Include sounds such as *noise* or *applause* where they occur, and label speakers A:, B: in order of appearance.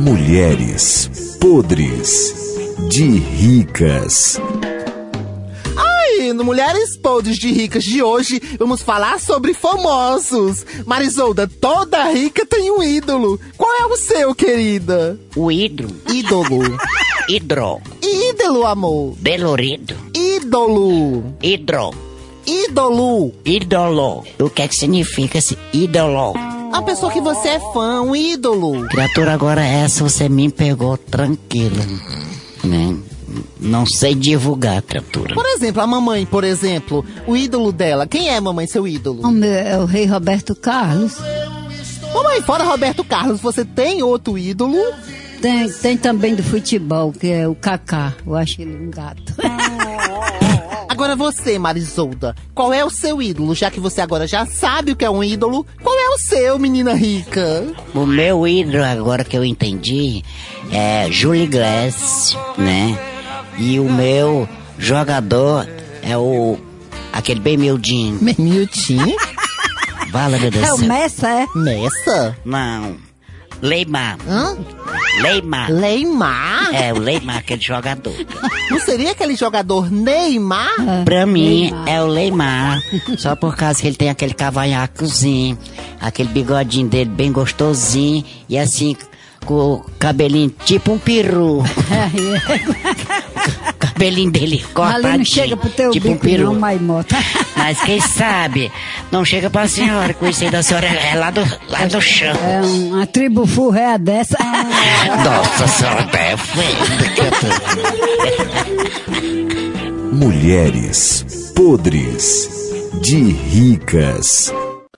A: Mulheres podres de ricas.
B: Ai, no Mulheres Podres de Ricas de hoje, vamos falar sobre famosos. Marisolda, toda rica tem um ídolo. Qual é o seu, querida?
C: O hidro,
B: Ídolo.
C: hidro,
B: *laughs* Ídolo, amor.
C: dolorido,
B: Ídolo.
C: hidro,
B: Ídolo.
C: ídolo. O que é que significa esse ídolo?
B: A pessoa que você é fã, um ídolo.
C: Criatura, agora essa você me pegou tranquila. Né? Não sei divulgar, criatura.
B: Por exemplo, a mamãe, por exemplo, o ídolo dela. Quem é, mamãe, seu ídolo?
D: O meu é o rei Roberto Carlos.
B: Mamãe, fora Roberto Carlos, você tem outro ídolo?
D: Tem, tem também do futebol, que é o Kaká. Eu acho ele um gato.
B: Agora você, Marisolda, qual é o seu ídolo? Já que você agora já sabe o que é um ídolo, qual é o seu, menina rica?
C: O meu ídolo, agora que eu entendi, é Júlio Iglesias, né? E o meu jogador é o. aquele bem miudinho.
B: Miltinho?
C: Vala, meu Deus
D: É
C: do
D: o
C: céu.
D: Messa, é?
B: *laughs* Nessa?
C: Não. Leymar.
B: Hã?
C: Leymar.
B: Leymar?
C: É, o Leymar, aquele
D: *laughs*
C: jogador.
B: Não seria aquele jogador Neymar?
C: Pra mim, é o Leymar. Só por causa que ele tem aquele cavanhacozinho, aquele bigodinho dele bem gostosinho, e assim, com o cabelinho tipo um
D: *laughs*
C: peru. *laughs* O cabelinho dele cortadinho.
D: É, Ali não chega pro teu
C: tipo um
D: bico,
C: peru.
D: não, Maimota.
C: *laughs* Mas quem sabe, não chega pra senhora, com isso aí da senhora é lá do, lá do chão.
D: É uma tribo furré dessa. É.
C: Nossa senhora, é feio.
A: Mulheres podres de ricas.